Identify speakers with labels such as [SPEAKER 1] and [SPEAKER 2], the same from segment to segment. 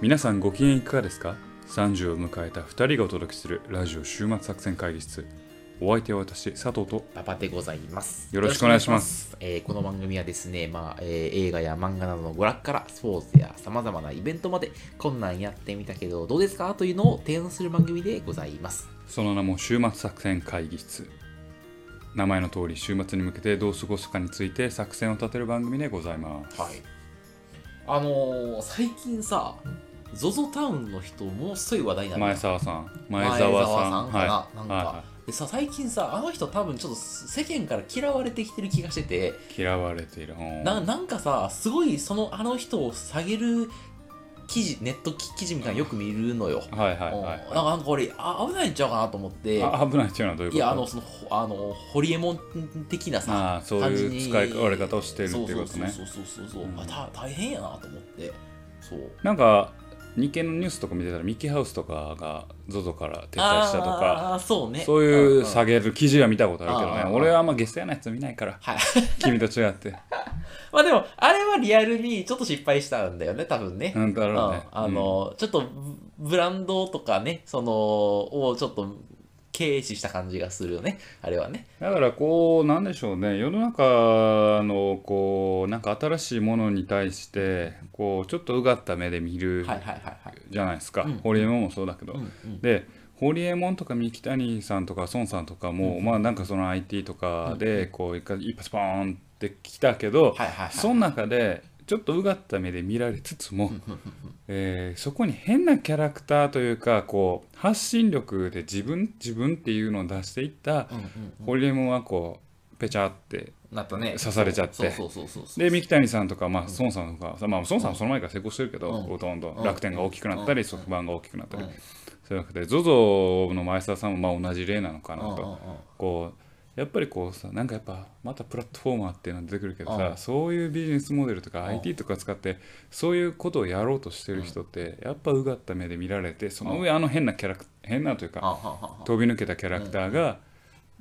[SPEAKER 1] 皆さんご機嫌いかがですか ?30 を迎えた2人がお届けするラジオ週末作戦会議室。お相手は私、佐藤と
[SPEAKER 2] パパでございます。
[SPEAKER 1] よろしくお願いします
[SPEAKER 2] よろしくお願いします。えーこの番組はですね、まあえー映画や漫画などの娯楽からスポーツやさまざまなイベントまでこんなんやってみたけどどうですかというのを提案する番組でございます。
[SPEAKER 1] その名も週末作戦会議室。名前の通り週末に向けてどう過ごすかについて作戦を立てる番組でございます。
[SPEAKER 2] はい。あのー最近さ、ZOZO タウンの人ものすごい話題になって
[SPEAKER 1] 前
[SPEAKER 2] た
[SPEAKER 1] 澤さん、前
[SPEAKER 2] 前
[SPEAKER 1] 澤
[SPEAKER 2] 澤
[SPEAKER 1] さ
[SPEAKER 2] さ
[SPEAKER 1] ん、
[SPEAKER 2] ん
[SPEAKER 1] はい
[SPEAKER 2] かななんか
[SPEAKER 1] は
[SPEAKER 2] でさ最近さあの人多分ちょっと世間から嫌われてきてる気がしてて。
[SPEAKER 1] い嫌われている。うん
[SPEAKER 2] ななんかさすごいそのあの人を下げる記事ネット記事みたいなのよく見るのよ、
[SPEAKER 1] はいはい
[SPEAKER 2] うん
[SPEAKER 1] は
[SPEAKER 2] なん
[SPEAKER 1] い。
[SPEAKER 2] かなんか俺あ危ないんちゃうかなと思って
[SPEAKER 1] あ危ないっていうのはどういうこ
[SPEAKER 2] い
[SPEAKER 1] と
[SPEAKER 2] やあのそのほあのホリエモン的なさ
[SPEAKER 1] ああそういう使いわれ方をしているっていうことね
[SPEAKER 2] そうそうそうそうそう、
[SPEAKER 1] うん
[SPEAKER 2] あた大変やなと思ってそう
[SPEAKER 1] なんか日経のニュースとか見てたらミッキーハウスとかが ZOZO から撤退したとか
[SPEAKER 2] あーそうね
[SPEAKER 1] そういうん下げる記事は見たことあるけど
[SPEAKER 2] あーあ
[SPEAKER 1] ね
[SPEAKER 2] ー
[SPEAKER 1] 俺はあんまゲストやなやつ見ないから
[SPEAKER 2] はい
[SPEAKER 1] 君と違って
[SPEAKER 2] まあでもあれはリアルにちょっと失敗したんだよね多分ね、
[SPEAKER 1] うんだろう
[SPEAKER 2] うん
[SPEAKER 1] ね
[SPEAKER 2] あの、ちょっとブブランドとかね、その、をちょっと軽視した感じがするよね、あれはね。
[SPEAKER 1] うんだからこうなんでしょうね世の中のこうなんか新しいものに対してこうちょっとうがった目で見る
[SPEAKER 2] はいはいはいはい。
[SPEAKER 1] じゃないですか、
[SPEAKER 2] うん
[SPEAKER 1] ホリエモンもそうだけど、
[SPEAKER 2] うんうん
[SPEAKER 1] でホリエモンとか三木谷さんとか孫さんとかも、まあなんかその IT とかでこう一回一発ポーンってきたけど、
[SPEAKER 2] はいはいはい。
[SPEAKER 1] その中でちょっとうがった目で見られつつも、
[SPEAKER 2] うんうん
[SPEAKER 1] えーそこに変なキャラクターというかこう発信力で自分自分っていうのを出していった
[SPEAKER 2] うんうん
[SPEAKER 1] ホリエモンはこうペチャって
[SPEAKER 2] なったね。
[SPEAKER 1] 刺されちゃって
[SPEAKER 2] そうそうそうそうそう。
[SPEAKER 1] で三木谷さんとか、まあ、孫さんとか、まあ、孫さんはその前から成功してるけど、
[SPEAKER 2] うん
[SPEAKER 1] ほとんど
[SPEAKER 2] うん
[SPEAKER 1] 楽天が大きくなったり、
[SPEAKER 2] うん
[SPEAKER 1] 側板が大きくなったり、
[SPEAKER 2] うん
[SPEAKER 1] そういうわけで ZOZO の前澤さんもまあ同じ例なのかなと、
[SPEAKER 2] うんうんうん
[SPEAKER 1] こうやっぱりこうさなんかやっぱまたプラットフォーマーっていうのが出てくるけどさ、
[SPEAKER 2] うん
[SPEAKER 1] そういうビジネスモデルと
[SPEAKER 2] う
[SPEAKER 1] か
[SPEAKER 2] ん
[SPEAKER 1] IT とか使ってそういうことをやろうとしてる人ってやっぱうがった目で見られてその上あの変なキャラク変なという
[SPEAKER 2] あは
[SPEAKER 1] か
[SPEAKER 2] んはんはんはん
[SPEAKER 1] 飛び抜けたキャラクターが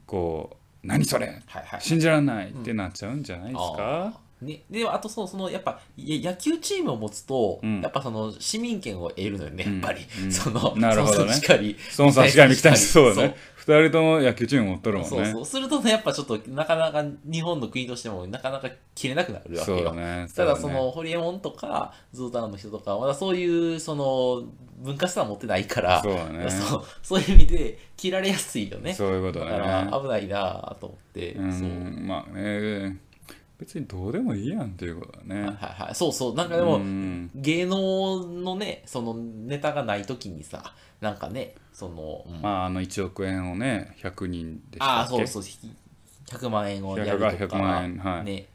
[SPEAKER 1] こう「何それ
[SPEAKER 2] はいはい。
[SPEAKER 1] 信じられない!」ってなっちゃうんじゃないです
[SPEAKER 2] あ
[SPEAKER 1] か
[SPEAKER 2] ーね、であとそうそのやっぱい野球チームを持つと、
[SPEAKER 1] うん
[SPEAKER 2] やっぱその市民権を得るのよね
[SPEAKER 1] う
[SPEAKER 2] やっ
[SPEAKER 1] ん
[SPEAKER 2] ぱり、
[SPEAKER 1] うん
[SPEAKER 2] その
[SPEAKER 1] なるほどね
[SPEAKER 2] 孫さんしかり
[SPEAKER 1] 孫さんしか見きたいそうだ
[SPEAKER 2] そう
[SPEAKER 1] ね2人とも野球チーム持っとるもん
[SPEAKER 2] そう
[SPEAKER 1] ね
[SPEAKER 2] そうするとねやっぱちょっとなかなか日本の国としてもなかなか切れなくなるわけ
[SPEAKER 1] そうだ
[SPEAKER 2] よ、
[SPEAKER 1] ね
[SPEAKER 2] ただそう
[SPEAKER 1] ね
[SPEAKER 2] のホリエモンとかゾウタウンの人とかまだそういうその文化資産持ってないから
[SPEAKER 1] そうだね
[SPEAKER 2] そうそういう意味で切られやすいよね
[SPEAKER 1] そういうこと
[SPEAKER 2] だ
[SPEAKER 1] だ
[SPEAKER 2] か
[SPEAKER 1] ね
[SPEAKER 2] ら危ないなと思って、
[SPEAKER 1] う
[SPEAKER 2] そうん
[SPEAKER 1] まあね別にどうでもいいやんっていうことだ
[SPEAKER 2] はい
[SPEAKER 1] ね。
[SPEAKER 2] はいはいそうそうなんかでも、
[SPEAKER 1] うん
[SPEAKER 2] 芸能のねそのネタがない時にさなんかねその、うん
[SPEAKER 1] まああの1億円をね100人でした
[SPEAKER 2] あ
[SPEAKER 1] っ
[SPEAKER 2] あ
[SPEAKER 1] け
[SPEAKER 2] そうそうひ100万円をやると
[SPEAKER 1] 100
[SPEAKER 2] か
[SPEAKER 1] 万円はい
[SPEAKER 2] ね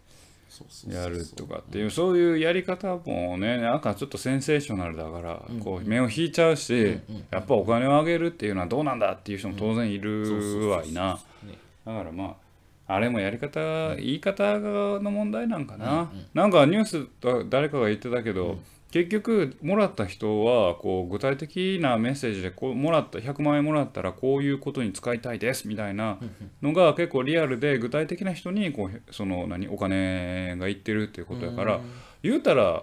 [SPEAKER 2] そうそうそうそう
[SPEAKER 1] やるとかっていうそういうやり方もねなんかちょっとセンセーショナルだから、こう目を引いちゃうし、
[SPEAKER 2] うんうん
[SPEAKER 1] やっぱお金をあげるっていうのはどうなんだっていう人も当然い
[SPEAKER 2] そうそうそう
[SPEAKER 1] る
[SPEAKER 2] そう
[SPEAKER 1] わいな
[SPEAKER 2] ね
[SPEAKER 1] だからまああれもやり方、言い方の問題なんかな、なんかニュースと誰かが言ってたけど、結局もらった人はこう具体的なメッセージでこうもらった100万円もらったらこういうことに使いたいですみたいなのが結構リアルで具体的な人にこうその何お金がいってるっていうことやから、言うたら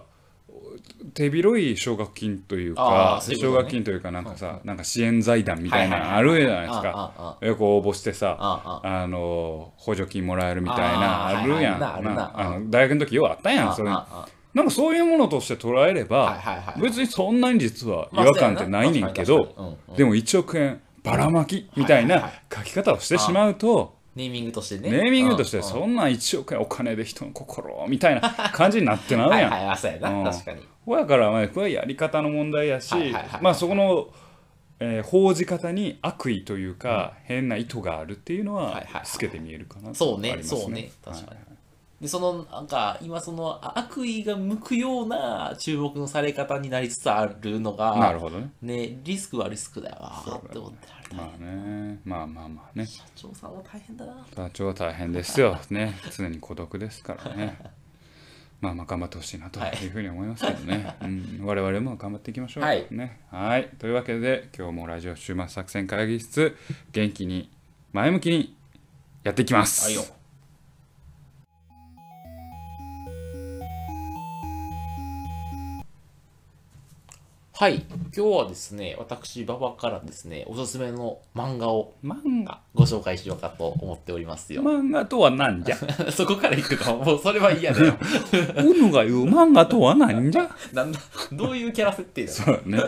[SPEAKER 1] 手広い奨学金というか
[SPEAKER 2] あーそういうこ
[SPEAKER 1] 奨
[SPEAKER 2] とね
[SPEAKER 1] 学金というかなんかさなんか支援財団みたいなのあるじゃないですか。
[SPEAKER 2] あああ
[SPEAKER 1] よく応募してさ
[SPEAKER 2] あ
[SPEAKER 1] あの補助金もらえるみたいな
[SPEAKER 2] あー
[SPEAKER 1] あるやん
[SPEAKER 2] はいはいあるな
[SPEAKER 1] な
[SPEAKER 2] あるな
[SPEAKER 1] あの大学の時ようあったやんそれ
[SPEAKER 2] あ
[SPEAKER 1] な
[SPEAKER 2] あ
[SPEAKER 1] んかそういうものとして捉えれ
[SPEAKER 2] あはい
[SPEAKER 1] ば
[SPEAKER 2] はいはい
[SPEAKER 1] 別にそんなに実は違和感ってないねんけど
[SPEAKER 2] まあそうやな確かに確かにうんうん
[SPEAKER 1] でも1億円ばらまきみたい
[SPEAKER 2] はいは
[SPEAKER 1] ない
[SPEAKER 2] は
[SPEAKER 1] 書き方をしてしまうと
[SPEAKER 2] ネーミングとしてね
[SPEAKER 1] ネーミングとして
[SPEAKER 2] う
[SPEAKER 1] そんな1億円お金で人の心みたいな感じになってなる
[SPEAKER 2] や
[SPEAKER 1] や
[SPEAKER 2] ん
[SPEAKER 1] ん
[SPEAKER 2] はいはいあそうや
[SPEAKER 1] うん
[SPEAKER 2] な確かに
[SPEAKER 1] だからまあこれはやり方の問題やし
[SPEAKER 2] はいはいはい
[SPEAKER 1] まあそこのえー報じ方に悪意というか変な意図があるっていうの
[SPEAKER 2] はい
[SPEAKER 1] は
[SPEAKER 2] はいはい
[SPEAKER 1] 透けて見えるかな
[SPEAKER 2] そう
[SPEAKER 1] あ
[SPEAKER 2] ね
[SPEAKER 1] ります
[SPEAKER 2] そうね確か
[SPEAKER 1] はい
[SPEAKER 2] にでそのなんか今その悪意が向くような注目のされ方になりつつあるのが
[SPEAKER 1] なるほどね
[SPEAKER 2] ねリスクはリスクだよな
[SPEAKER 1] そうだね
[SPEAKER 2] って思ってられた、
[SPEAKER 1] まあねまあまあまあね
[SPEAKER 2] 社長さんも大変だな
[SPEAKER 1] 社長は大変です よね常に孤独ですからねまあまあ頑張ってほしいなというふうに思いますけどね、うん、 我々も頑張っていきましょう、
[SPEAKER 2] はい
[SPEAKER 1] ね、はいというわけで今日もラジオ週末作戦会議室元気に前向きにやっていきます、
[SPEAKER 2] はいよはい、今日はですね、私、馬場からですね、おすすめの漫画を
[SPEAKER 1] 漫画
[SPEAKER 2] ご紹介しようかと思っておりますよ。
[SPEAKER 1] 漫画とは何じゃ
[SPEAKER 2] そこから行くのもうそれは嫌 だよ。
[SPEAKER 1] うぬが言う漫画とは何じゃ
[SPEAKER 2] なんだ、どういうキャラ設定だ
[SPEAKER 1] そうね。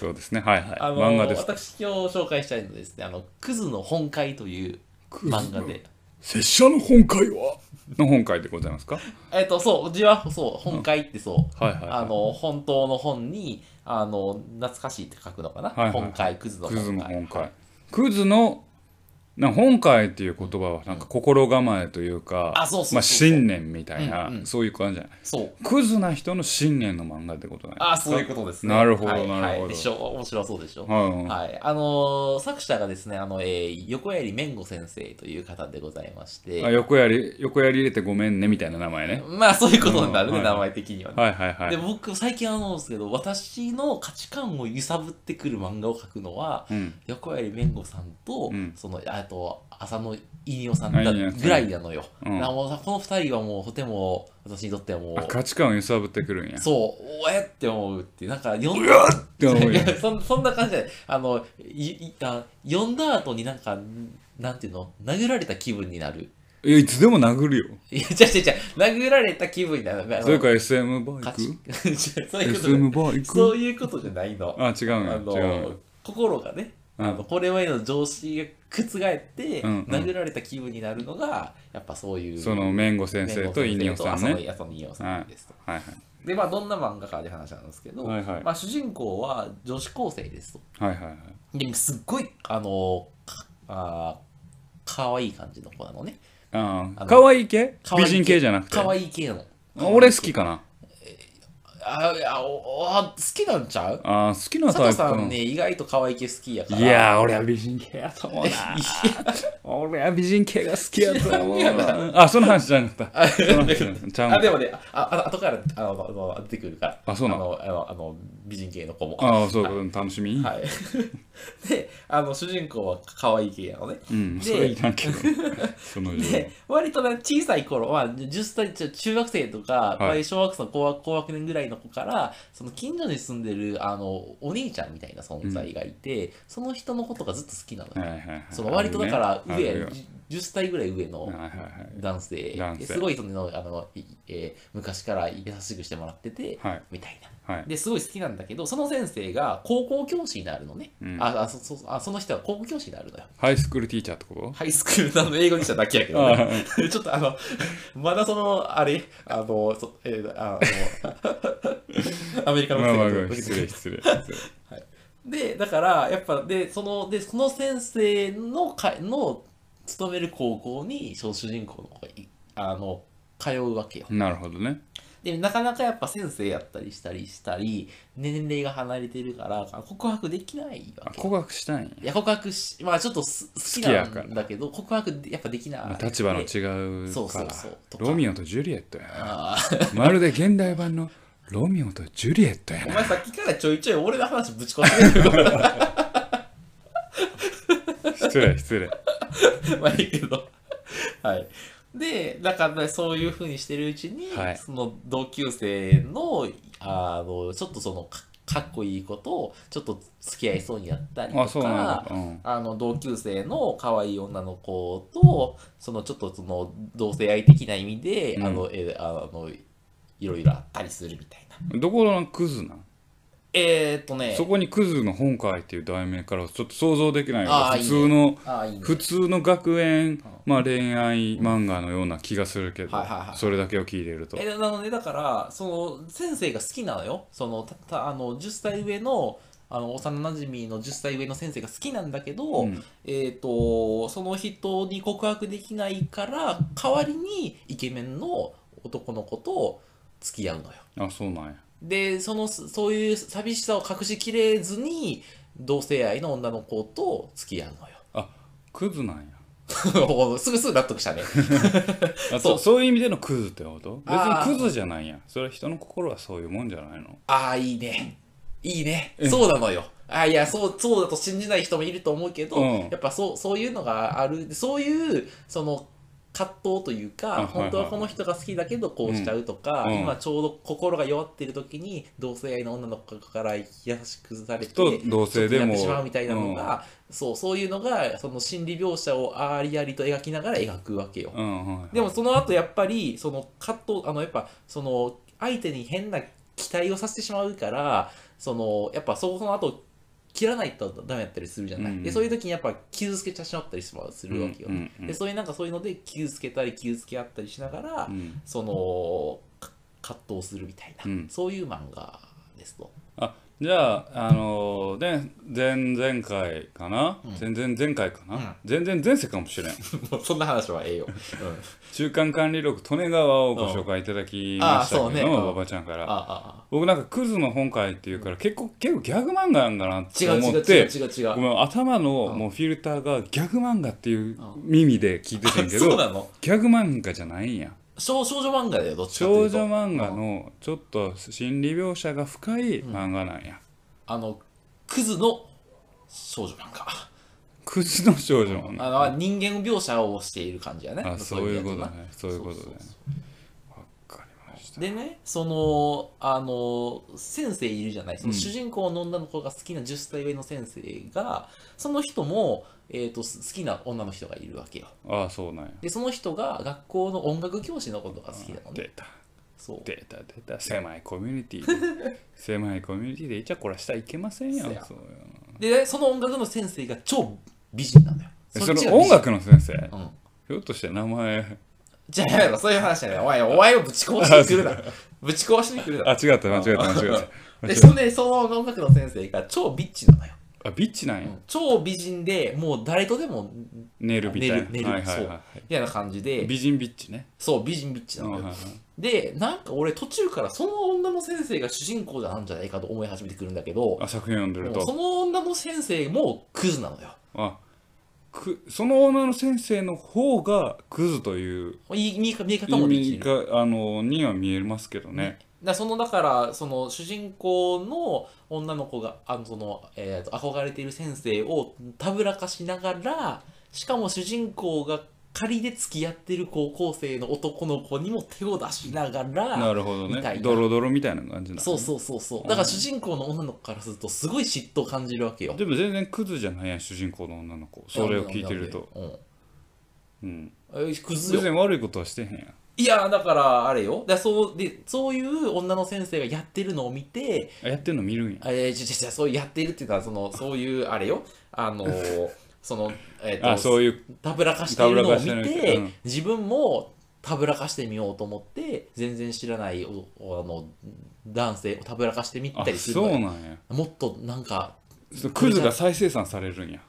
[SPEAKER 1] そうですね。はいはい。
[SPEAKER 2] あのー
[SPEAKER 1] 漫画です。
[SPEAKER 2] 私今日紹介したいのはですね、あの、クズの本会という漫画で。
[SPEAKER 1] 拙者の本会はの本会でございますか
[SPEAKER 2] えっと、そう、字は、そう、本会ってそう、
[SPEAKER 1] はいはいはい
[SPEAKER 2] あの、本当の本に、あの、懐かしいって書くのかな、
[SPEAKER 1] はいはい
[SPEAKER 2] 本会、クズの
[SPEAKER 1] クズ
[SPEAKER 2] 本
[SPEAKER 1] の
[SPEAKER 2] 会。
[SPEAKER 1] 本会。クズのな本会っていう言葉はなんか心構えというか、
[SPEAKER 2] あそうそうそう
[SPEAKER 1] まあ信念みたいな、
[SPEAKER 2] うんうん
[SPEAKER 1] そういう感じじゃない。
[SPEAKER 2] そう。
[SPEAKER 1] クズな人の信念の漫画ってことないですか
[SPEAKER 2] あ、そういうことですね。
[SPEAKER 1] なるほど
[SPEAKER 2] はいはい
[SPEAKER 1] なるほど
[SPEAKER 2] でしょ、面白そうでしょ。
[SPEAKER 1] はいはい
[SPEAKER 2] はい、あのー作者がですね、あの、えー横槍めんご先生という方でございまして、
[SPEAKER 1] あ横やり横やり入れてごめんねみたいな名前ね。
[SPEAKER 2] まあ、そういうことになるね、
[SPEAKER 1] うんはい
[SPEAKER 2] 名前的にはね。
[SPEAKER 1] はいはいは
[SPEAKER 2] で
[SPEAKER 1] い。
[SPEAKER 2] 僕最近あのですけど私の価値観を揺さぶってくる漫画を描くのは、
[SPEAKER 1] うん
[SPEAKER 2] 横槍めんごさんと、
[SPEAKER 1] うん
[SPEAKER 2] そのあと浅野飯尾さん
[SPEAKER 1] あ
[SPEAKER 2] だ
[SPEAKER 1] いいね
[SPEAKER 2] ぐらいなのよ、
[SPEAKER 1] うん
[SPEAKER 2] だからもうこの二人はもうとても私にとってはも
[SPEAKER 1] あ
[SPEAKER 2] う
[SPEAKER 1] 価値観を揺さぶってくるんや。
[SPEAKER 2] そうおえって思うってなんか読ん
[SPEAKER 1] うわっって思う
[SPEAKER 2] い
[SPEAKER 1] やん
[SPEAKER 2] や そんそんな感じであのいいあ読んだ後になんかなんていうの殴られた気分になる
[SPEAKER 1] いやいつでも殴るよ。
[SPEAKER 2] いや違う違う違う殴られた気分になる
[SPEAKER 1] それか SM バイ
[SPEAKER 2] 勝
[SPEAKER 1] ク
[SPEAKER 2] ち違う そういうことじゃ
[SPEAKER 1] ?SM バイ
[SPEAKER 2] そ
[SPEAKER 1] ク
[SPEAKER 2] ういうことじゃないの。
[SPEAKER 1] あ、違う
[SPEAKER 2] あ
[SPEAKER 1] んや。違う
[SPEAKER 2] の心がね、
[SPEAKER 1] うん
[SPEAKER 2] あのこれまでの常識が覆って、
[SPEAKER 1] うんうん
[SPEAKER 2] 殴られた気分になるのが、やっぱそうい
[SPEAKER 1] ん
[SPEAKER 2] う。
[SPEAKER 1] や。その、メンゴ先生とイニオさん
[SPEAKER 2] 浅野
[SPEAKER 1] ね。
[SPEAKER 2] 浅野稲尾さんですと。
[SPEAKER 1] はい
[SPEAKER 2] で、まあ、どんな漫画かって話なんですけど、
[SPEAKER 1] はいはい
[SPEAKER 2] まあ、主人公は女子高生ですと。
[SPEAKER 1] はい。はいはいはい。
[SPEAKER 2] で、すっごい、あの、かあー可愛い感じの子なのね。
[SPEAKER 1] あ
[SPEAKER 2] あ
[SPEAKER 1] あ、
[SPEAKER 2] の
[SPEAKER 1] 可愛い系
[SPEAKER 2] 可愛
[SPEAKER 1] 美
[SPEAKER 2] い
[SPEAKER 1] 人系じゃなくて。
[SPEAKER 2] 可愛い系の。
[SPEAKER 1] 俺好きかな。
[SPEAKER 2] ああおあ、好きなんちゃう
[SPEAKER 1] ああ、好きな
[SPEAKER 2] 佐
[SPEAKER 1] タイ
[SPEAKER 2] 藤
[SPEAKER 1] プか
[SPEAKER 2] さ
[SPEAKER 1] な。
[SPEAKER 2] んね、意外と可愛い系好きやから。
[SPEAKER 1] いやー、俺は美人系やと思う な。
[SPEAKER 2] いや
[SPEAKER 1] 俺は美人系が好きやと思うな。あ、その話じゃなかった。その話じゃなかったちゃ
[SPEAKER 2] あ
[SPEAKER 1] う
[SPEAKER 2] で
[SPEAKER 1] ん
[SPEAKER 2] もね、ああ後からあのあの出てくるから、
[SPEAKER 1] あそうなの
[SPEAKER 2] のあのあの美人系の子も。は
[SPEAKER 1] ああ、そう、楽しみ。
[SPEAKER 2] い、 であの、主人公は可愛い系やのね。
[SPEAKER 1] うん、
[SPEAKER 2] で
[SPEAKER 1] それいらん けど。その情
[SPEAKER 2] で割とね、小さい頃は、10歳、ちょ中学生とか、
[SPEAKER 1] はい
[SPEAKER 2] 小学生の高学高学年ぐらいの子から、その近所に住んでるあのお兄ちゃんみたいな存在がいて、その人のことがずっと好きなのよ。
[SPEAKER 1] 報はいはいはい。
[SPEAKER 2] その割とだから
[SPEAKER 1] ある
[SPEAKER 2] 上、
[SPEAKER 1] ねあるよ
[SPEAKER 2] 10歳ぐらい上の
[SPEAKER 1] はいはいはい。
[SPEAKER 2] 男性
[SPEAKER 1] 男性
[SPEAKER 2] ですごいそのあの、いえー昔から優しくしてもらってて、
[SPEAKER 1] はい
[SPEAKER 2] みたいな
[SPEAKER 1] はい。
[SPEAKER 2] ですごい好きなんだけどその先生が高校教師になるのね、
[SPEAKER 1] うん
[SPEAKER 2] ああそそあその人は高校教師になるのよ
[SPEAKER 1] ハイスクールティーチャーってこと
[SPEAKER 2] ハイスクールなの英語にしただけや けど、 ね、ちょっとあのまだそのあれあのそ、えーああの アメリカの
[SPEAKER 1] まあまあ
[SPEAKER 2] 生徒
[SPEAKER 1] 失礼失礼。失礼
[SPEAKER 2] でだからやっぱでそのでその先生のかの勤める高校にその主人公の子がいあの通うわけよ
[SPEAKER 1] なるほどね。
[SPEAKER 2] でなかなかやっぱ先生やったりしたりしたり年齢が離れてるからあ告白できないわ
[SPEAKER 1] あ
[SPEAKER 2] け
[SPEAKER 1] 告白したいんや。
[SPEAKER 2] いや告白しまあちょっとす好き
[SPEAKER 1] 好き
[SPEAKER 2] な
[SPEAKER 1] やから
[SPEAKER 2] んだけど告白でやっぱできない
[SPEAKER 1] 立場の
[SPEAKER 2] で
[SPEAKER 1] 違う
[SPEAKER 2] そうそ
[SPEAKER 1] か
[SPEAKER 2] うそうとか
[SPEAKER 1] ロミオとジュリエットや
[SPEAKER 2] ああ
[SPEAKER 1] まるで現代版のロミオとジュリエットや
[SPEAKER 2] お
[SPEAKER 1] な
[SPEAKER 2] 前さっきからちょいちょい俺の話ぶち込んでるか
[SPEAKER 1] 失礼失礼
[SPEAKER 2] ら まあいいけどはいでだから、ね、そういうふうにしてるうちに、
[SPEAKER 1] はい
[SPEAKER 2] その同級生のあのちょっとそのかかっこいいことをちょっと付き合いそうになったりとか
[SPEAKER 1] あそうなんだ、うん、
[SPEAKER 2] あの同級生の可愛い女の子とそのちょっとその同性愛的な意味で、
[SPEAKER 1] うん
[SPEAKER 2] あのえあのいろいろあったりするみたいな
[SPEAKER 1] どこのクズなん
[SPEAKER 2] えー、っとね
[SPEAKER 1] そこにクズの本会っていう題名からはちょっと想像できないよ
[SPEAKER 2] あー
[SPEAKER 1] 普通の
[SPEAKER 2] あーいいね
[SPEAKER 1] 普通の学園、まあ、恋愛漫画のような気がするけど、
[SPEAKER 2] はいはいはい
[SPEAKER 1] それだけを聞いていると
[SPEAKER 2] えなのでだからその先生が好きなのよそのたたあの10歳上のあの幼馴染の10歳上の先生が好きなんだけど、
[SPEAKER 1] うん
[SPEAKER 2] えー、とその人に告白できないから代わりにイケメンの男の子と付き合うのよ。
[SPEAKER 1] あそうなんや
[SPEAKER 2] でそのそそういう寂しさを隠しきれずに同性愛の女の子と付き合う
[SPEAKER 1] あクズなんや
[SPEAKER 2] のよ おすぐすぐ納得したね
[SPEAKER 1] あ
[SPEAKER 2] そ
[SPEAKER 1] そううそういう意味でのクズってこと別
[SPEAKER 2] あー
[SPEAKER 1] にクズじゃないんやそれは人の心はそういうもんじゃないの
[SPEAKER 2] ああいいねいいねそうなのよあーいやそうそうだと信じない人もいると思うけど、
[SPEAKER 1] うん
[SPEAKER 2] やっぱそうそういうのがあるそういうその葛藤という
[SPEAKER 1] あはい
[SPEAKER 2] か
[SPEAKER 1] はい
[SPEAKER 2] 本当はこの人が好きだけどこうしちゃうとか、
[SPEAKER 1] うんうん
[SPEAKER 2] 今ちょうど心が弱ってる時に同性愛の女の子から優しくされて
[SPEAKER 1] と同性で
[SPEAKER 2] やっ
[SPEAKER 1] も
[SPEAKER 2] てしまうみたいなのが、そうそういうのがその心理描写をありありと描きながら描くわけよ。
[SPEAKER 1] うんうんはい
[SPEAKER 2] でもその後やっぱりその葛藤あのやっぱその相手に変な期待をさせてしまうからそのやっぱそこの後切らないとダメやったりするじゃない、
[SPEAKER 1] うん
[SPEAKER 2] でそういう時にやっぱ傷つけちゃしまったりしまうするわけよ、
[SPEAKER 1] うんうんうん
[SPEAKER 2] でそういうなんかそういうので傷つけたり傷つけ合ったりしながら、
[SPEAKER 1] うん
[SPEAKER 2] そのか葛藤するみたいな、
[SPEAKER 1] うん
[SPEAKER 2] そういう漫画ですと
[SPEAKER 1] あじゃあ、あのーね、前々回かな、全然前々前回か
[SPEAKER 2] うん
[SPEAKER 1] な、全然前世かも しれん。
[SPEAKER 2] もうそんな話はええ よ、うん、
[SPEAKER 1] 中間管理録、利根川をご紹介いただきましたけ
[SPEAKER 2] うんあーそうね
[SPEAKER 1] ど、
[SPEAKER 2] うん
[SPEAKER 1] 馬場ちゃんか
[SPEAKER 2] あ
[SPEAKER 1] ら。
[SPEAKER 2] ああ
[SPEAKER 1] 僕なんかクズの本会っていうから、結構、結構ギャグ漫画なんかなっ
[SPEAKER 2] 違
[SPEAKER 1] て
[SPEAKER 2] う
[SPEAKER 1] 思
[SPEAKER 2] 違う
[SPEAKER 1] っ
[SPEAKER 2] 違う
[SPEAKER 1] て、
[SPEAKER 2] 違う違
[SPEAKER 1] ご
[SPEAKER 2] う
[SPEAKER 1] めん頭の
[SPEAKER 2] うん
[SPEAKER 1] もうフィルターがギャグ漫画っていう
[SPEAKER 2] う
[SPEAKER 1] 耳で聞いてたんやけ
[SPEAKER 2] そう
[SPEAKER 1] ど、
[SPEAKER 2] なの
[SPEAKER 1] ギャグ漫画じゃないんや。
[SPEAKER 2] 少少女漫画だよどっちかと
[SPEAKER 1] 少
[SPEAKER 2] いうと
[SPEAKER 1] 女漫画のちょっと心理描写が深い漫画なんや。
[SPEAKER 2] あの、クズの少女漫画。
[SPEAKER 1] クズの少女漫画。
[SPEAKER 2] あの人間描写をしている感じやね。
[SPEAKER 1] あ、そういうこと
[SPEAKER 2] だ
[SPEAKER 1] ね。そういうことだね。わかりました。
[SPEAKER 2] でね、その、あの、先生いるじゃない、その
[SPEAKER 1] うん
[SPEAKER 2] 主人公の女の子が好きな10歳上の先生が、その人も、えー、とす好きな女の人がいるわけよ。
[SPEAKER 1] ああ、そうなんや。
[SPEAKER 2] で、その人が学校の音楽教師のことが好きなのね。
[SPEAKER 1] 出た、
[SPEAKER 2] そう。
[SPEAKER 1] 出た、出た。狭いコミュニティで 狭いコミュニティでイチャコラしたらいけませんよ
[SPEAKER 2] そや。
[SPEAKER 1] そういうの
[SPEAKER 2] で、ね、その音楽の先生が超美人なのよ。
[SPEAKER 1] え
[SPEAKER 2] っ
[SPEAKER 1] そ
[SPEAKER 2] ちが
[SPEAKER 1] の
[SPEAKER 2] 美
[SPEAKER 1] 音
[SPEAKER 2] 人
[SPEAKER 1] 楽の先生、
[SPEAKER 2] うん。
[SPEAKER 1] ひょっとして名前、
[SPEAKER 2] じゃあやろ、そういう話じゃない。お前、お前をぶち壊しに来 るな。ぶち壊しに来るな
[SPEAKER 1] あ、。違った、間違った、間違っ
[SPEAKER 2] で、そのね、その音楽の先生が超ビッチなのよ。
[SPEAKER 1] た。あ、ビッチなんや。
[SPEAKER 2] 超美人で、もう誰とでも、み
[SPEAKER 1] ネイルビッチ。
[SPEAKER 2] ネイルネイル
[SPEAKER 1] はいはいはいは
[SPEAKER 2] たいな感じ
[SPEAKER 1] い。
[SPEAKER 2] で、
[SPEAKER 1] 美人ビッチね。
[SPEAKER 2] そう、美人ビッチな
[SPEAKER 1] うん
[SPEAKER 2] の
[SPEAKER 1] はい
[SPEAKER 2] よ。
[SPEAKER 1] はい
[SPEAKER 2] で、なんか俺途中からその女の先生が主人公じゃなんじゃないかと思い始めてくるんだけど、
[SPEAKER 1] あ、作品読んでる
[SPEAKER 2] もうそ
[SPEAKER 1] と。
[SPEAKER 2] の女の先生もクズなのよ。
[SPEAKER 1] あくその女の先生の方がクズという
[SPEAKER 2] いい見えか見え方
[SPEAKER 1] 意
[SPEAKER 2] もでき
[SPEAKER 1] 味
[SPEAKER 2] る。
[SPEAKER 1] が、あの、には見えますけどね。
[SPEAKER 2] だそのだからその主人公の女の子があのその、えーと憧れている先生をたぶらかしながらしかも主人公が仮で付き合ってる高校生の男の子にも手を出しなが
[SPEAKER 1] な
[SPEAKER 2] ら
[SPEAKER 1] るほど
[SPEAKER 2] みた
[SPEAKER 1] ね。
[SPEAKER 2] いな
[SPEAKER 1] ドロドロみたいな感じなの
[SPEAKER 2] そうそうそうそうだから主人公の女の子からするとすごい嫉妬を感じるわけよ
[SPEAKER 1] でも全然クズじゃないやん主人公の女の子それを聞いてると、
[SPEAKER 2] うん
[SPEAKER 1] うん、
[SPEAKER 2] えクズ
[SPEAKER 1] 全
[SPEAKER 2] よ
[SPEAKER 1] 然悪いことはしてへんやん
[SPEAKER 2] いやだからあれよだそうでそういう女の先生がやってるのを見て
[SPEAKER 1] あやってんの見るんや
[SPEAKER 2] えー、じゃじゃそうやってるっていうのはそのそういうあれよあ のーそのえっ、
[SPEAKER 1] あ
[SPEAKER 2] と
[SPEAKER 1] そういう
[SPEAKER 2] たぶらかしているのを見
[SPEAKER 1] たぶらかして
[SPEAKER 2] て、
[SPEAKER 1] るうん
[SPEAKER 2] 自分もたぶらかしてみようと思って全然知らないおおあの男性をたぶらかしてみた
[SPEAKER 1] あ
[SPEAKER 2] りする
[SPEAKER 1] そうな
[SPEAKER 2] のよ
[SPEAKER 1] んや
[SPEAKER 2] もっとなんか
[SPEAKER 1] そうクズが再生産されるんや、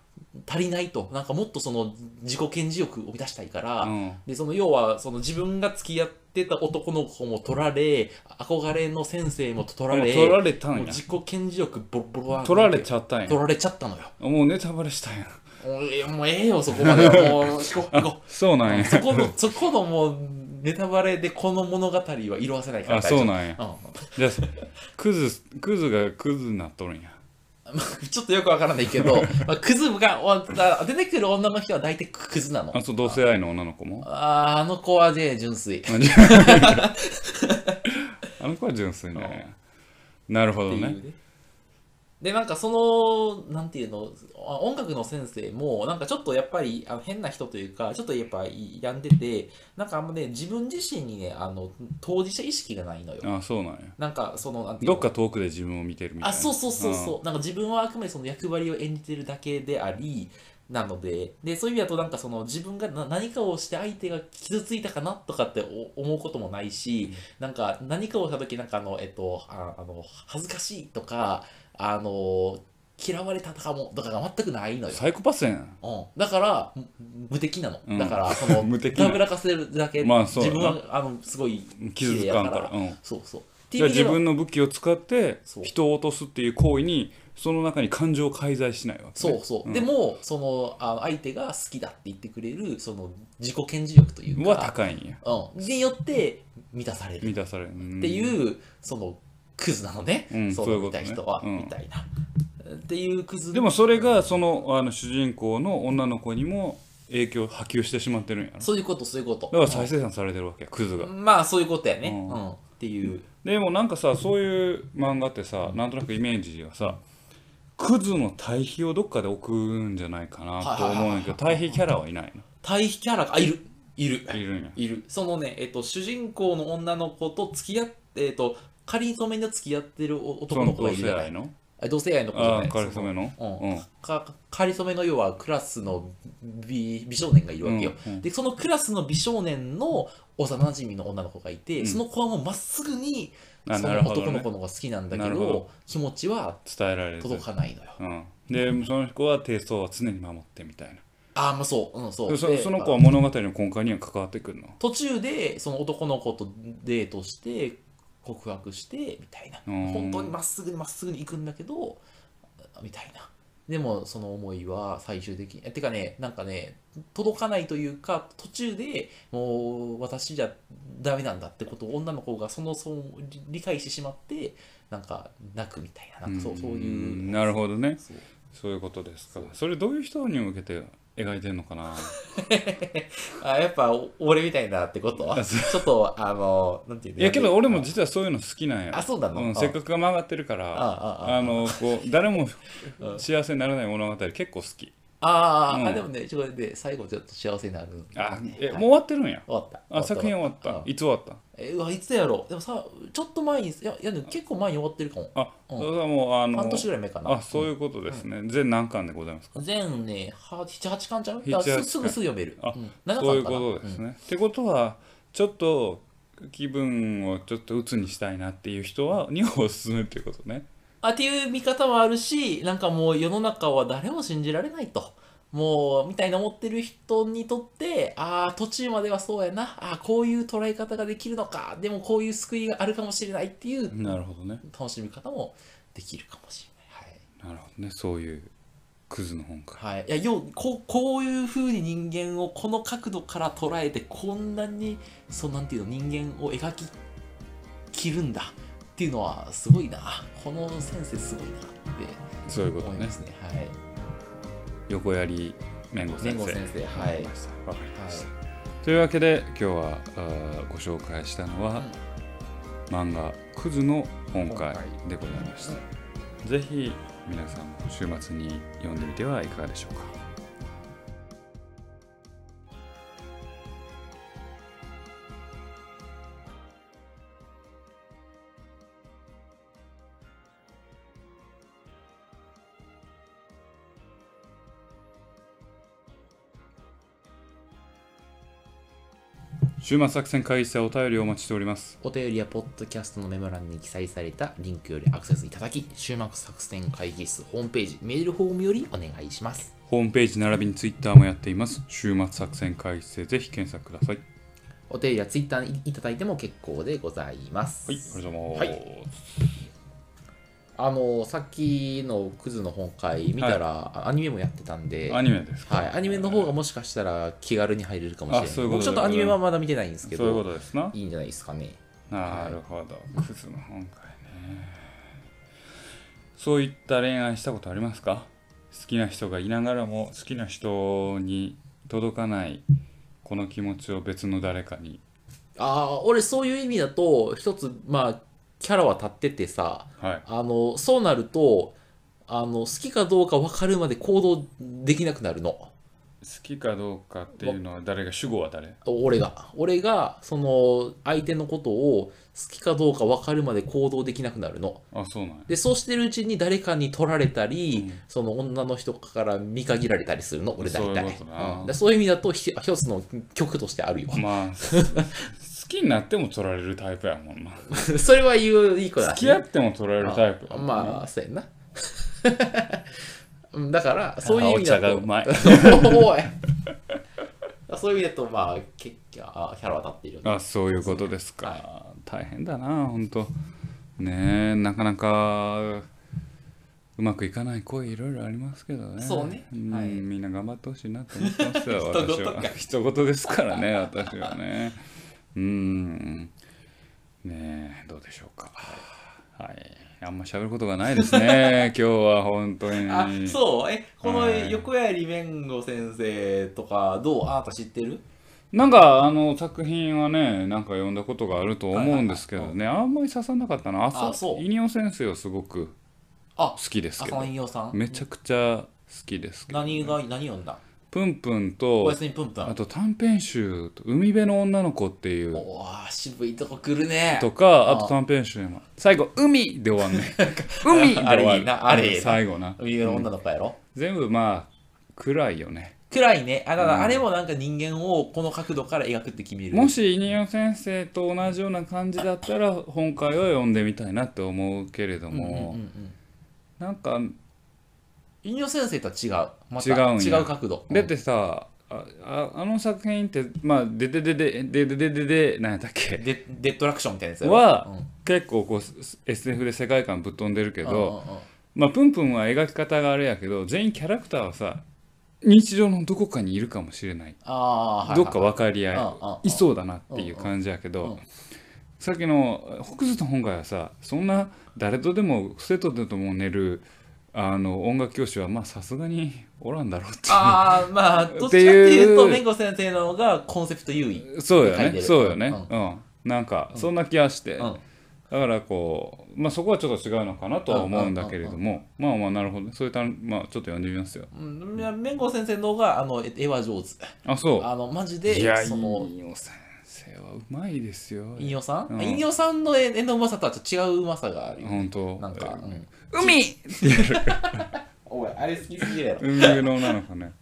[SPEAKER 2] 足りないとなんかもっとその自己顕示欲を満たしたいから、
[SPEAKER 1] うん、
[SPEAKER 2] でその要はその自分が付き合ってた男の子も取られ憧れの先生も取ら
[SPEAKER 1] もう
[SPEAKER 2] れ
[SPEAKER 1] 取られた
[SPEAKER 2] もうん
[SPEAKER 1] や
[SPEAKER 2] 自己顕示欲ボロボロなんだよ
[SPEAKER 1] 取られちゃったんや
[SPEAKER 2] 取られちゃったのよ
[SPEAKER 1] もうネタバレしたんやん
[SPEAKER 2] もうええもうええよ、そこまでは。もう、行こう、行こ
[SPEAKER 1] そうなん
[SPEAKER 2] う。
[SPEAKER 1] や
[SPEAKER 2] そこの、そこのもう、ネタバレでこの物語は色あせないから
[SPEAKER 1] あそうなんや
[SPEAKER 2] うん
[SPEAKER 1] じゃあクズクズがクズになっとるんや
[SPEAKER 2] まあちょっとよくわからないけど、まあ、クズがおあ出てくる女の人は大体クズなの
[SPEAKER 1] あ。そう同性愛の女の子も
[SPEAKER 2] あーあの子はね、純粋。
[SPEAKER 1] ああの子は純粋なんやなるほど
[SPEAKER 2] って
[SPEAKER 1] ね
[SPEAKER 2] いうねでなんかそのなんていうのあ音楽の先生もなんかちょっとやっぱりあの変な人というかちょっとやっぱ病んでてなんかあんまね自分自身にねあの当事者意識がないのよ
[SPEAKER 1] あそうなんや
[SPEAKER 2] なんかそのなんていう
[SPEAKER 1] ど
[SPEAKER 2] の
[SPEAKER 1] っか遠くで自分を見てるみたい
[SPEAKER 2] あ
[SPEAKER 1] な
[SPEAKER 2] そうそうそうそうなんか自分はあくまでその役割を演じてるだけでありなのででそういう意味だとなんかその自分がな何かをして相手が傷ついたかなとかってお思うこともないしなんか何かをした時なんかあのえっとああの恥ずかしいとかあの嫌われたかもとかが全くないの
[SPEAKER 1] うん
[SPEAKER 2] よ。
[SPEAKER 1] サイコパスやん
[SPEAKER 2] うん、だからむ無敵なの、
[SPEAKER 1] うん
[SPEAKER 2] だからそ の
[SPEAKER 1] 無敵な
[SPEAKER 2] たぶらかせるだけ、
[SPEAKER 1] まあそうだ
[SPEAKER 2] 自
[SPEAKER 1] な
[SPEAKER 2] 分はあのすごい
[SPEAKER 1] 傷つかんから、
[SPEAKER 2] 綺麗や
[SPEAKER 1] うん、
[SPEAKER 2] そうそう
[SPEAKER 1] じゃあ自
[SPEAKER 2] TPK は
[SPEAKER 1] 分の武器を使って
[SPEAKER 2] そう
[SPEAKER 1] 人を落とすっていう行為にその中に感情を介在しないわけね、
[SPEAKER 2] そうそう、
[SPEAKER 1] ん
[SPEAKER 2] でもそのあの相手が好きだって言ってくれるその自己顕示欲という
[SPEAKER 1] は
[SPEAKER 2] か
[SPEAKER 1] 高いんや
[SPEAKER 2] うん、によって満たされるっ
[SPEAKER 1] 満たされるってうん
[SPEAKER 2] いう、そのクズなのね、
[SPEAKER 1] うん
[SPEAKER 2] そ
[SPEAKER 1] そう
[SPEAKER 2] の
[SPEAKER 1] いうこと
[SPEAKER 2] 見た
[SPEAKER 1] ね
[SPEAKER 2] 人は、
[SPEAKER 1] うん
[SPEAKER 2] みたいなっていうクズ
[SPEAKER 1] でもそれがそのあの主人公の女の子にも影響波及してしまってるんやろだ
[SPEAKER 2] そういうことそういうこと
[SPEAKER 1] から再生産されてるわけやクズが
[SPEAKER 2] まあそういうことやね、
[SPEAKER 1] うん
[SPEAKER 2] うん、っていう
[SPEAKER 1] でもなんかさそういう漫画ってさなんとなくイメージはさクズの対比をどっかで置くんじゃないかなと思うんやけど対比キャラはいない
[SPEAKER 2] 対比キャラがあいるいる
[SPEAKER 1] のいるんや
[SPEAKER 2] いるそのね、えっと、主人公の女の子と付き合って、えっと、仮に染めに付き合ってるお
[SPEAKER 1] そ
[SPEAKER 2] 男の
[SPEAKER 1] の
[SPEAKER 2] 子が
[SPEAKER 1] 同
[SPEAKER 2] いる
[SPEAKER 1] 性
[SPEAKER 2] じゃな
[SPEAKER 1] 愛
[SPEAKER 2] い
[SPEAKER 1] の
[SPEAKER 2] あ同性愛の子じゃ
[SPEAKER 1] あ
[SPEAKER 2] な
[SPEAKER 1] あ
[SPEAKER 2] い
[SPEAKER 1] カリソメの
[SPEAKER 2] その
[SPEAKER 1] う
[SPEAKER 2] うんんか仮染めの要はクラスの美美少年がいるわけよ、
[SPEAKER 1] うんうん
[SPEAKER 2] でそのクラスの美少年の幼馴染の女の子がいて、
[SPEAKER 1] うん
[SPEAKER 2] その子はもうまっすぐに
[SPEAKER 1] あ
[SPEAKER 2] その
[SPEAKER 1] なるほどね
[SPEAKER 2] 男の子の方が好きなんだ
[SPEAKER 1] な
[SPEAKER 2] け
[SPEAKER 1] る
[SPEAKER 2] ど
[SPEAKER 1] ほど
[SPEAKER 2] 気持ちは
[SPEAKER 1] 伝えられて
[SPEAKER 2] 届かないのよ
[SPEAKER 1] うん、でその子は低層は常に守ってみたいな
[SPEAKER 2] ああまあそううんそう
[SPEAKER 1] でそ
[SPEAKER 2] で
[SPEAKER 1] その子は物語の根幹には関わってくるの
[SPEAKER 2] 途中でその男の子とデートして告白してみたいな
[SPEAKER 1] うん
[SPEAKER 2] 本当にまっすぐにまっすぐに行くんだけどみたいなでもその思いは最終的にえてかねなんかね届かないというか途中でもう私じゃダメなんだってことを女の子がそのそう理理解してしまってなんか泣くみたいななんかそう,、そういう
[SPEAKER 1] うなるほどね
[SPEAKER 2] そう
[SPEAKER 1] そういうことですかそれどういう人に向けて描いてんのかな
[SPEAKER 2] あやっぱお俺みたいなってことちょっとあのなんていうの
[SPEAKER 1] いやけど俺も実はそういうの好きなんや
[SPEAKER 2] あそうなの
[SPEAKER 1] ん、せっかくが曲がってるから
[SPEAKER 2] あああ
[SPEAKER 1] あのこ う誰も幸せにならない物語結構好き
[SPEAKER 2] あー、
[SPEAKER 1] うん
[SPEAKER 2] あ、でもね、ちょっとで、最後ちょっと幸せになる。
[SPEAKER 1] あえ
[SPEAKER 2] はい
[SPEAKER 1] もう終わってるんや
[SPEAKER 2] 終わった。
[SPEAKER 1] あ作品終わっ
[SPEAKER 2] う
[SPEAKER 1] た
[SPEAKER 2] ん
[SPEAKER 1] いつ終わった
[SPEAKER 2] え、うわ、いつやろう。でもさ、ちょっと前に、いや、いや、でも結構前に終わってるかも。
[SPEAKER 1] あ、
[SPEAKER 2] うん
[SPEAKER 1] それはもうあの
[SPEAKER 2] 半年ぐらい前かな。
[SPEAKER 1] あそういうことですね、全何巻でございますか
[SPEAKER 2] 全ね、は7、8巻ちゃう
[SPEAKER 1] 7
[SPEAKER 2] だからすす
[SPEAKER 1] 8
[SPEAKER 2] ぐ
[SPEAKER 1] 巻
[SPEAKER 2] すぐ読める。
[SPEAKER 1] あ
[SPEAKER 2] うん七
[SPEAKER 1] そういう
[SPEAKER 2] 巻かな
[SPEAKER 1] ことですね。ってことはちょっと気分をちょっと鬱にしたいなっていう人はにはおすすめっていうことね。
[SPEAKER 2] あっていう見方もあるしなんかもう世の中は誰も信じられないともうみたいな思ってる人にとってああ途中まではそうやなあーこういう捉え方ができるのかでもこういう救いがあるかもしれないっていう
[SPEAKER 1] なるほどね。
[SPEAKER 2] 楽しみ方もできるかもしれない。
[SPEAKER 1] なるほどね。そういうクズの本か。
[SPEAKER 2] はい、はい、いやようこうこういう風に人間をこの角度から捉えてこんなにそうなんていうの人間を描き切るんだっていうのはすごいなこの先生すごいなっ
[SPEAKER 1] そういう
[SPEAKER 2] て
[SPEAKER 1] こと
[SPEAKER 2] 思い
[SPEAKER 1] ね
[SPEAKER 2] ま。すね。はい、
[SPEAKER 1] 横やり面後先
[SPEAKER 2] 年
[SPEAKER 1] 生。
[SPEAKER 2] 後先生はい、はい
[SPEAKER 1] わかりました。というわけで今日はあーご紹介したのは、漫画「クズの本会」でございました。ぜひ皆さんも週末に読んでみてはいかがでしょうか。週末作戦会議室でお便りをお待ちしております。
[SPEAKER 2] お便りやポッドキャストのメモ欄に記載されたリンクよりアクセスいただき週末作戦会議室ホームページメールフォームよりお願いします。
[SPEAKER 1] ホームページ並びにツイッターもやっています。週末作戦会議室でぜひ検索ください。
[SPEAKER 2] お便りはツイッターにいただいても結構でございます。
[SPEAKER 1] はい、ありがとうご
[SPEAKER 2] は
[SPEAKER 1] ざいます。
[SPEAKER 2] あの、さっきのクズの本会見たら、あアニメもやってたんで、
[SPEAKER 1] アニメですか。
[SPEAKER 2] はい、アニメの方がもしかしたら気軽に入れるかもしれない。
[SPEAKER 1] あそういうこと
[SPEAKER 2] 僕ちょっとアニメはまだ見てないんですけ
[SPEAKER 1] そういうこ
[SPEAKER 2] ど、
[SPEAKER 1] とですな。
[SPEAKER 2] いいんじゃないですかね。
[SPEAKER 1] なるほど。クズの本会ね。そういった恋愛したことありますか好きな人がいながらも好きな人に届かないこの気持ちを別の誰かに。
[SPEAKER 2] ああ、俺そういう意味だと、一つ、まあ、キャラは立っててさ、
[SPEAKER 1] はい。
[SPEAKER 2] あの、そうなると、あの、好きかどうか分かるまで行動できなくなるの。
[SPEAKER 1] 好きかどうかっていうのは誰が主語は誰
[SPEAKER 2] 俺が。俺が、その、相手のことを好きかどうか分かるまで行動できなくなるの。
[SPEAKER 1] あ、そう なんや。
[SPEAKER 2] でそうしてるうちに誰かに取られたり、その女の人から見限られたりするの俺大
[SPEAKER 1] そうい
[SPEAKER 2] 体
[SPEAKER 1] うことな
[SPEAKER 2] うんでそういう意味だとひ一つの曲としてあるよ
[SPEAKER 1] まあ、す好きになっても取られるタイプやもんな。
[SPEAKER 2] それは言ういい子だ
[SPEAKER 1] 付き合っても取られるタイプやもんな。
[SPEAKER 2] まあそうやな うんだからそういう意
[SPEAKER 1] あ
[SPEAKER 2] 味
[SPEAKER 1] お茶
[SPEAKER 2] だと
[SPEAKER 1] がうまい。
[SPEAKER 2] おいそういう意味だとまあ結局あキャラは立っているよね
[SPEAKER 1] あそういうことですか、大変だな本当ねえなかなかうまくいかない恋いろいろありますけどね
[SPEAKER 2] そうね
[SPEAKER 1] ん
[SPEAKER 2] はい
[SPEAKER 1] みんな頑張ってほしいなと思ってます よ
[SPEAKER 2] 人
[SPEAKER 1] 私
[SPEAKER 2] 事
[SPEAKER 1] は一言ですからね私はねうんねえどうでしょうかはい。あんま喋ることがないです ね。今日は本当に。
[SPEAKER 2] あそうえこの
[SPEAKER 1] はい
[SPEAKER 2] 横槍弁護先生とかどうあなた知ってる
[SPEAKER 1] なんかあの作品はねなんか読んだことがあると思うんですけどね、あんまり刺さなかったなあ
[SPEAKER 2] あそう
[SPEAKER 1] イニオ先生はすごく
[SPEAKER 2] あ
[SPEAKER 1] 好きですけ
[SPEAKER 2] 浅
[SPEAKER 1] ど
[SPEAKER 2] 野陽さん
[SPEAKER 1] めちゃくちゃ好きですけど、
[SPEAKER 2] 何が何読んだ
[SPEAKER 1] プンプン
[SPEAKER 2] お
[SPEAKER 1] と
[SPEAKER 2] やすみぷんぷん
[SPEAKER 1] あと短編集「海辺の女の子」っていう
[SPEAKER 2] おー渋いとこ来るね
[SPEAKER 1] とか
[SPEAKER 2] あ
[SPEAKER 1] あと短編集の最後「海」で終 わんね海で終わ
[SPEAKER 2] あれいい
[SPEAKER 1] る
[SPEAKER 2] なあれいいな
[SPEAKER 1] 最後な
[SPEAKER 2] 海辺の女の子やろ、
[SPEAKER 1] 全部まあ暗いよね
[SPEAKER 2] 暗いねあだから
[SPEAKER 1] うん
[SPEAKER 2] あれもなんか人間をこの角度から描くって決める
[SPEAKER 1] もしイニオ先生と同じような感じだったら本会を読んでみたいなって思うけれど
[SPEAKER 2] うんう
[SPEAKER 1] も、
[SPEAKER 2] んうんうん
[SPEAKER 1] なんか
[SPEAKER 2] 犬の先生とは違う、ま、た
[SPEAKER 1] 違うんや
[SPEAKER 2] 違う角度
[SPEAKER 1] だってさあああの作品ってまあでででででででででなんだっけ
[SPEAKER 2] デデッドラクションみたいなやつやろ
[SPEAKER 1] は
[SPEAKER 2] うん
[SPEAKER 1] 結構こう S- SF で世界観ぶっ飛んでるけど
[SPEAKER 2] うんうんうん
[SPEAKER 1] まあプンプンは描き方があれやけど全員キャラクターはさ日常のどこかにいるかもしれない
[SPEAKER 2] あーはいはい
[SPEAKER 1] どっか分かり
[SPEAKER 2] うんう
[SPEAKER 1] 合
[SPEAKER 2] んうん
[SPEAKER 1] いいそうだなっていう感じやけ
[SPEAKER 2] うんう
[SPEAKER 1] ど
[SPEAKER 2] ん
[SPEAKER 1] さっきの北斗と本会はさそんな誰とでも生徒でとも寝るあの音楽教師はまあさすがにおらんだろう っていう
[SPEAKER 2] ああまあどっちかっていう
[SPEAKER 1] って
[SPEAKER 2] と
[SPEAKER 1] いう
[SPEAKER 2] 弁護先生の方がコンセプト優位
[SPEAKER 1] そうよ
[SPEAKER 2] 書いて
[SPEAKER 1] ね
[SPEAKER 2] る
[SPEAKER 1] そうよね
[SPEAKER 2] う
[SPEAKER 1] うん、なんかそんな気がして、
[SPEAKER 2] うん
[SPEAKER 1] だからこうまあそこはちょっと違うのかなとは思うんだけれども、まあまあなるほどねそういったまあちょっと読んでみますよ
[SPEAKER 2] うんいや弁護先生の方があのえ絵は上手
[SPEAKER 1] あそう
[SPEAKER 2] あのマジ
[SPEAKER 1] いや
[SPEAKER 2] で
[SPEAKER 1] いい
[SPEAKER 2] その
[SPEAKER 1] よ先生はうまいですよ
[SPEAKER 2] インヨさん、
[SPEAKER 1] うん
[SPEAKER 2] インヨさんの絵絵のうまさとはちょっと違ううまさがあるよね
[SPEAKER 1] 本当
[SPEAKER 2] なんか、うん、
[SPEAKER 1] 海
[SPEAKER 2] おいあれ好きすぎるやろ
[SPEAKER 1] 海辺の女の子 ね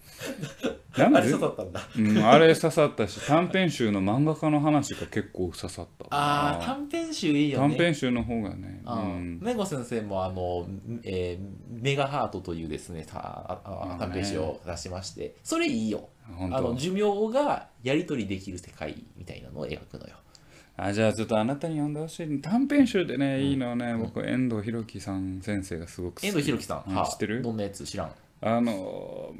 [SPEAKER 1] なん
[SPEAKER 2] あ
[SPEAKER 1] か
[SPEAKER 2] れ
[SPEAKER 1] ぜ
[SPEAKER 2] そうだったんだ
[SPEAKER 1] うん、あれ刺さったし短編集の漫画家の話が結構刺さった
[SPEAKER 2] ああ短編集いいよね
[SPEAKER 1] 短編集の方がね
[SPEAKER 2] あー
[SPEAKER 1] うん
[SPEAKER 2] メゴ先生もあの、えーメガハートというですねさあ
[SPEAKER 1] あ
[SPEAKER 2] あ
[SPEAKER 1] ー
[SPEAKER 2] 短編集を出しまして、それいいよ
[SPEAKER 1] 本
[SPEAKER 2] あの
[SPEAKER 1] 当
[SPEAKER 2] 寿命がやり取りできる世界みたいなのを描くのよ
[SPEAKER 1] あじゃあちょっとあなたに読んでほしい短編集でね、いいのはね僕遠藤博樹さん先生がすごく好き
[SPEAKER 2] 遠藤博樹さん、
[SPEAKER 1] うん
[SPEAKER 2] は
[SPEAKER 1] 知ってる
[SPEAKER 2] どんなやつ知らん
[SPEAKER 1] あの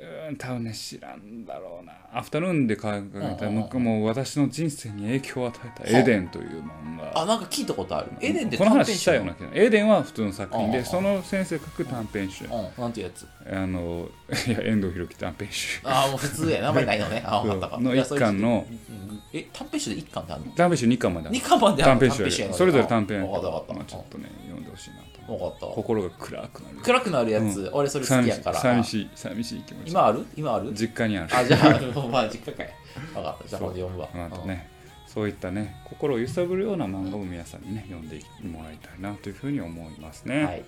[SPEAKER 1] うん多分ね知らんだろうなアフタヌーンで書いた
[SPEAKER 2] うんうんうん
[SPEAKER 1] 僕も私の人生に影響を与えた「エデン」という漫画
[SPEAKER 2] あなんか聞いたことあるエデンって
[SPEAKER 1] この
[SPEAKER 2] 短編
[SPEAKER 1] 話
[SPEAKER 2] 集
[SPEAKER 1] したような気がエデンは普通の作品
[SPEAKER 2] うんうんう
[SPEAKER 1] で
[SPEAKER 2] ん
[SPEAKER 1] その先生書く短編集
[SPEAKER 2] うんなんていうやつ
[SPEAKER 1] あのいや遠藤博樹短編集
[SPEAKER 2] ああもう普通や名前な いのねああ分かったか
[SPEAKER 1] の
[SPEAKER 2] いやそ
[SPEAKER 1] 一
[SPEAKER 2] れちょっと
[SPEAKER 1] 巻の
[SPEAKER 2] うんえ短編集で一巻ってあるの
[SPEAKER 1] 短編集2巻まである
[SPEAKER 2] 二巻まであ
[SPEAKER 1] 短
[SPEAKER 2] るの
[SPEAKER 1] 編集や
[SPEAKER 2] や
[SPEAKER 1] で
[SPEAKER 2] の
[SPEAKER 1] それぞれ短編
[SPEAKER 2] 分かった分か
[SPEAKER 1] まあ
[SPEAKER 2] った
[SPEAKER 1] ちょっとね読んでほしいなと
[SPEAKER 2] 分かった
[SPEAKER 1] 心が暗くなる
[SPEAKER 2] 暗くなるやつ、俺それ好き
[SPEAKER 1] 寂
[SPEAKER 2] や
[SPEAKER 1] しい
[SPEAKER 2] から
[SPEAKER 1] 寂しい寂しい気持ち
[SPEAKER 2] 今ある今ある
[SPEAKER 1] 実家にある
[SPEAKER 2] あ、じゃあ、 まあ、実家かい。分かった、じゃあ、これ読むわ。
[SPEAKER 1] あとねそういったね心を揺さぶるような漫画を皆さんにね読んでもらいたいなというふうに思います
[SPEAKER 2] うん
[SPEAKER 1] ね、
[SPEAKER 2] はい。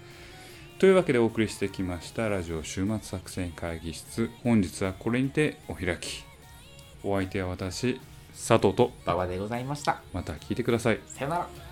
[SPEAKER 1] というわけでお送りしてきましたラジオ週末作戦会議室本日はこれにてお開きお相手は私佐藤と
[SPEAKER 2] 馬場でございました。
[SPEAKER 1] また聞いてください
[SPEAKER 2] さよなら。